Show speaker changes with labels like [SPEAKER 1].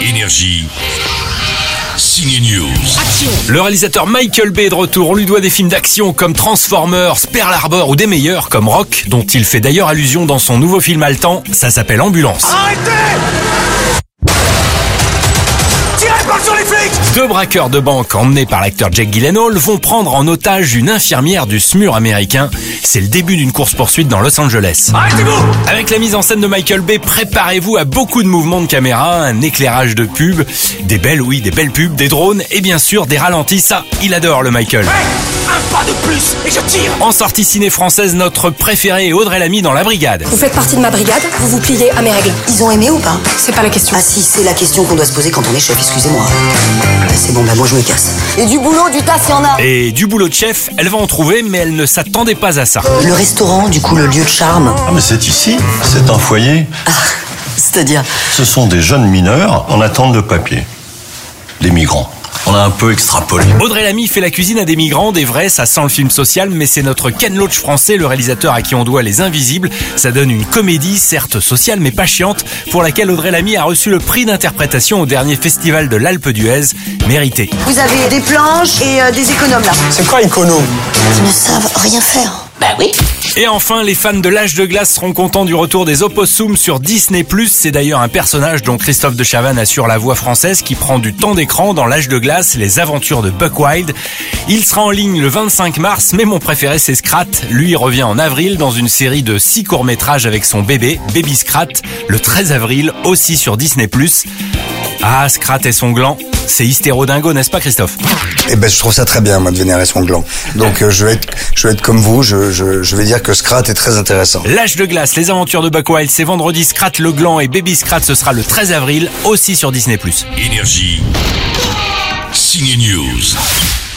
[SPEAKER 1] Énergie. Signe News.
[SPEAKER 2] Le réalisateur Michael Bay est de retour. On lui doit des films d'action comme Transformers, Pearl Harbor ou des meilleurs comme Rock, dont il fait d'ailleurs allusion dans son nouveau film haletant. Ça s'appelle Ambulance.
[SPEAKER 3] Tirez pas sur les flics
[SPEAKER 2] Deux braqueurs de banque emmenés par l'acteur Jack Gyllenhaal vont prendre en otage une infirmière du SMUR américain. C'est le début d'une course-poursuite dans Los Angeles.
[SPEAKER 3] Arrêtez-vous
[SPEAKER 2] Avec la mise en scène de Michael Bay, préparez-vous à beaucoup de mouvements de caméra, un éclairage de pub, des belles, oui, des belles pubs, des drones et bien sûr des ralentis. Ça, il adore le Michael.
[SPEAKER 3] Hey Un pas de plus et je tire
[SPEAKER 2] En sortie ciné française, notre préférée est Audrey Lamy dans La Brigade.
[SPEAKER 4] Vous faites partie de ma brigade, vous vous pliez à mes règles.
[SPEAKER 5] Ils ont aimé ou pas
[SPEAKER 4] C'est pas la question.
[SPEAKER 5] Ah si, c'est la question qu'on doit se poser quand on est chef, excusez-moi. Ah, C'est bon, bah moi je me casse. Et du boulot, du taf, il y en a.
[SPEAKER 2] Et du boulot de chef, elle va en trouver, mais elle ne s'attendait pas à ça.
[SPEAKER 5] Le restaurant, du coup, le lieu de charme.
[SPEAKER 6] Ah mais c'est ici, c'est un foyer.
[SPEAKER 5] C'est-à-dire
[SPEAKER 6] Ce sont des jeunes mineurs en attente de papier. Des migrants. On a un peu extrapolé.
[SPEAKER 2] Audrey Lamy fait la cuisine à des migrants, des vrais, ça sent le film social, mais c'est notre Ken Loach français, le réalisateur à qui on doit Les Invisibles. Ça donne une comédie, certes sociale, mais pas chiante, pour laquelle Audrey Lamy a reçu le prix d'interprétation au dernier festival de l'Alpe d'Huez, mérité.
[SPEAKER 5] Vous avez des planches et euh, des économes là.
[SPEAKER 7] C'est quoi économe
[SPEAKER 5] Ils ne savent rien faire. Bah oui.
[SPEAKER 2] Et enfin, les fans de l'âge de glace seront contents du retour des opossums sur Disney+. C'est d'ailleurs un personnage dont Christophe de Chavannes assure la voix française qui prend du temps d'écran dans l'âge de glace, les aventures de Buck Wild. Il sera en ligne le 25 mars, mais mon préféré c'est Scrat. Lui il revient en avril dans une série de 6 courts-métrages avec son bébé, Baby Scrat, le 13 avril, aussi sur Disney+. Ah, Scrat et son gland, c'est hystérodingo, n'est-ce pas Christophe
[SPEAKER 8] Eh ben, je trouve ça très bien, moi, de vénérer son gland. Donc, euh, je vais être, je vais être comme vous. Je, je, je vais dire que Scrat est très intéressant.
[SPEAKER 2] L'âge de glace, les aventures de Buck Wild, c'est vendredi Scrat le gland et Baby Scrat, ce sera le 13 avril, aussi sur Disney+.
[SPEAKER 1] Énergie. Signe News.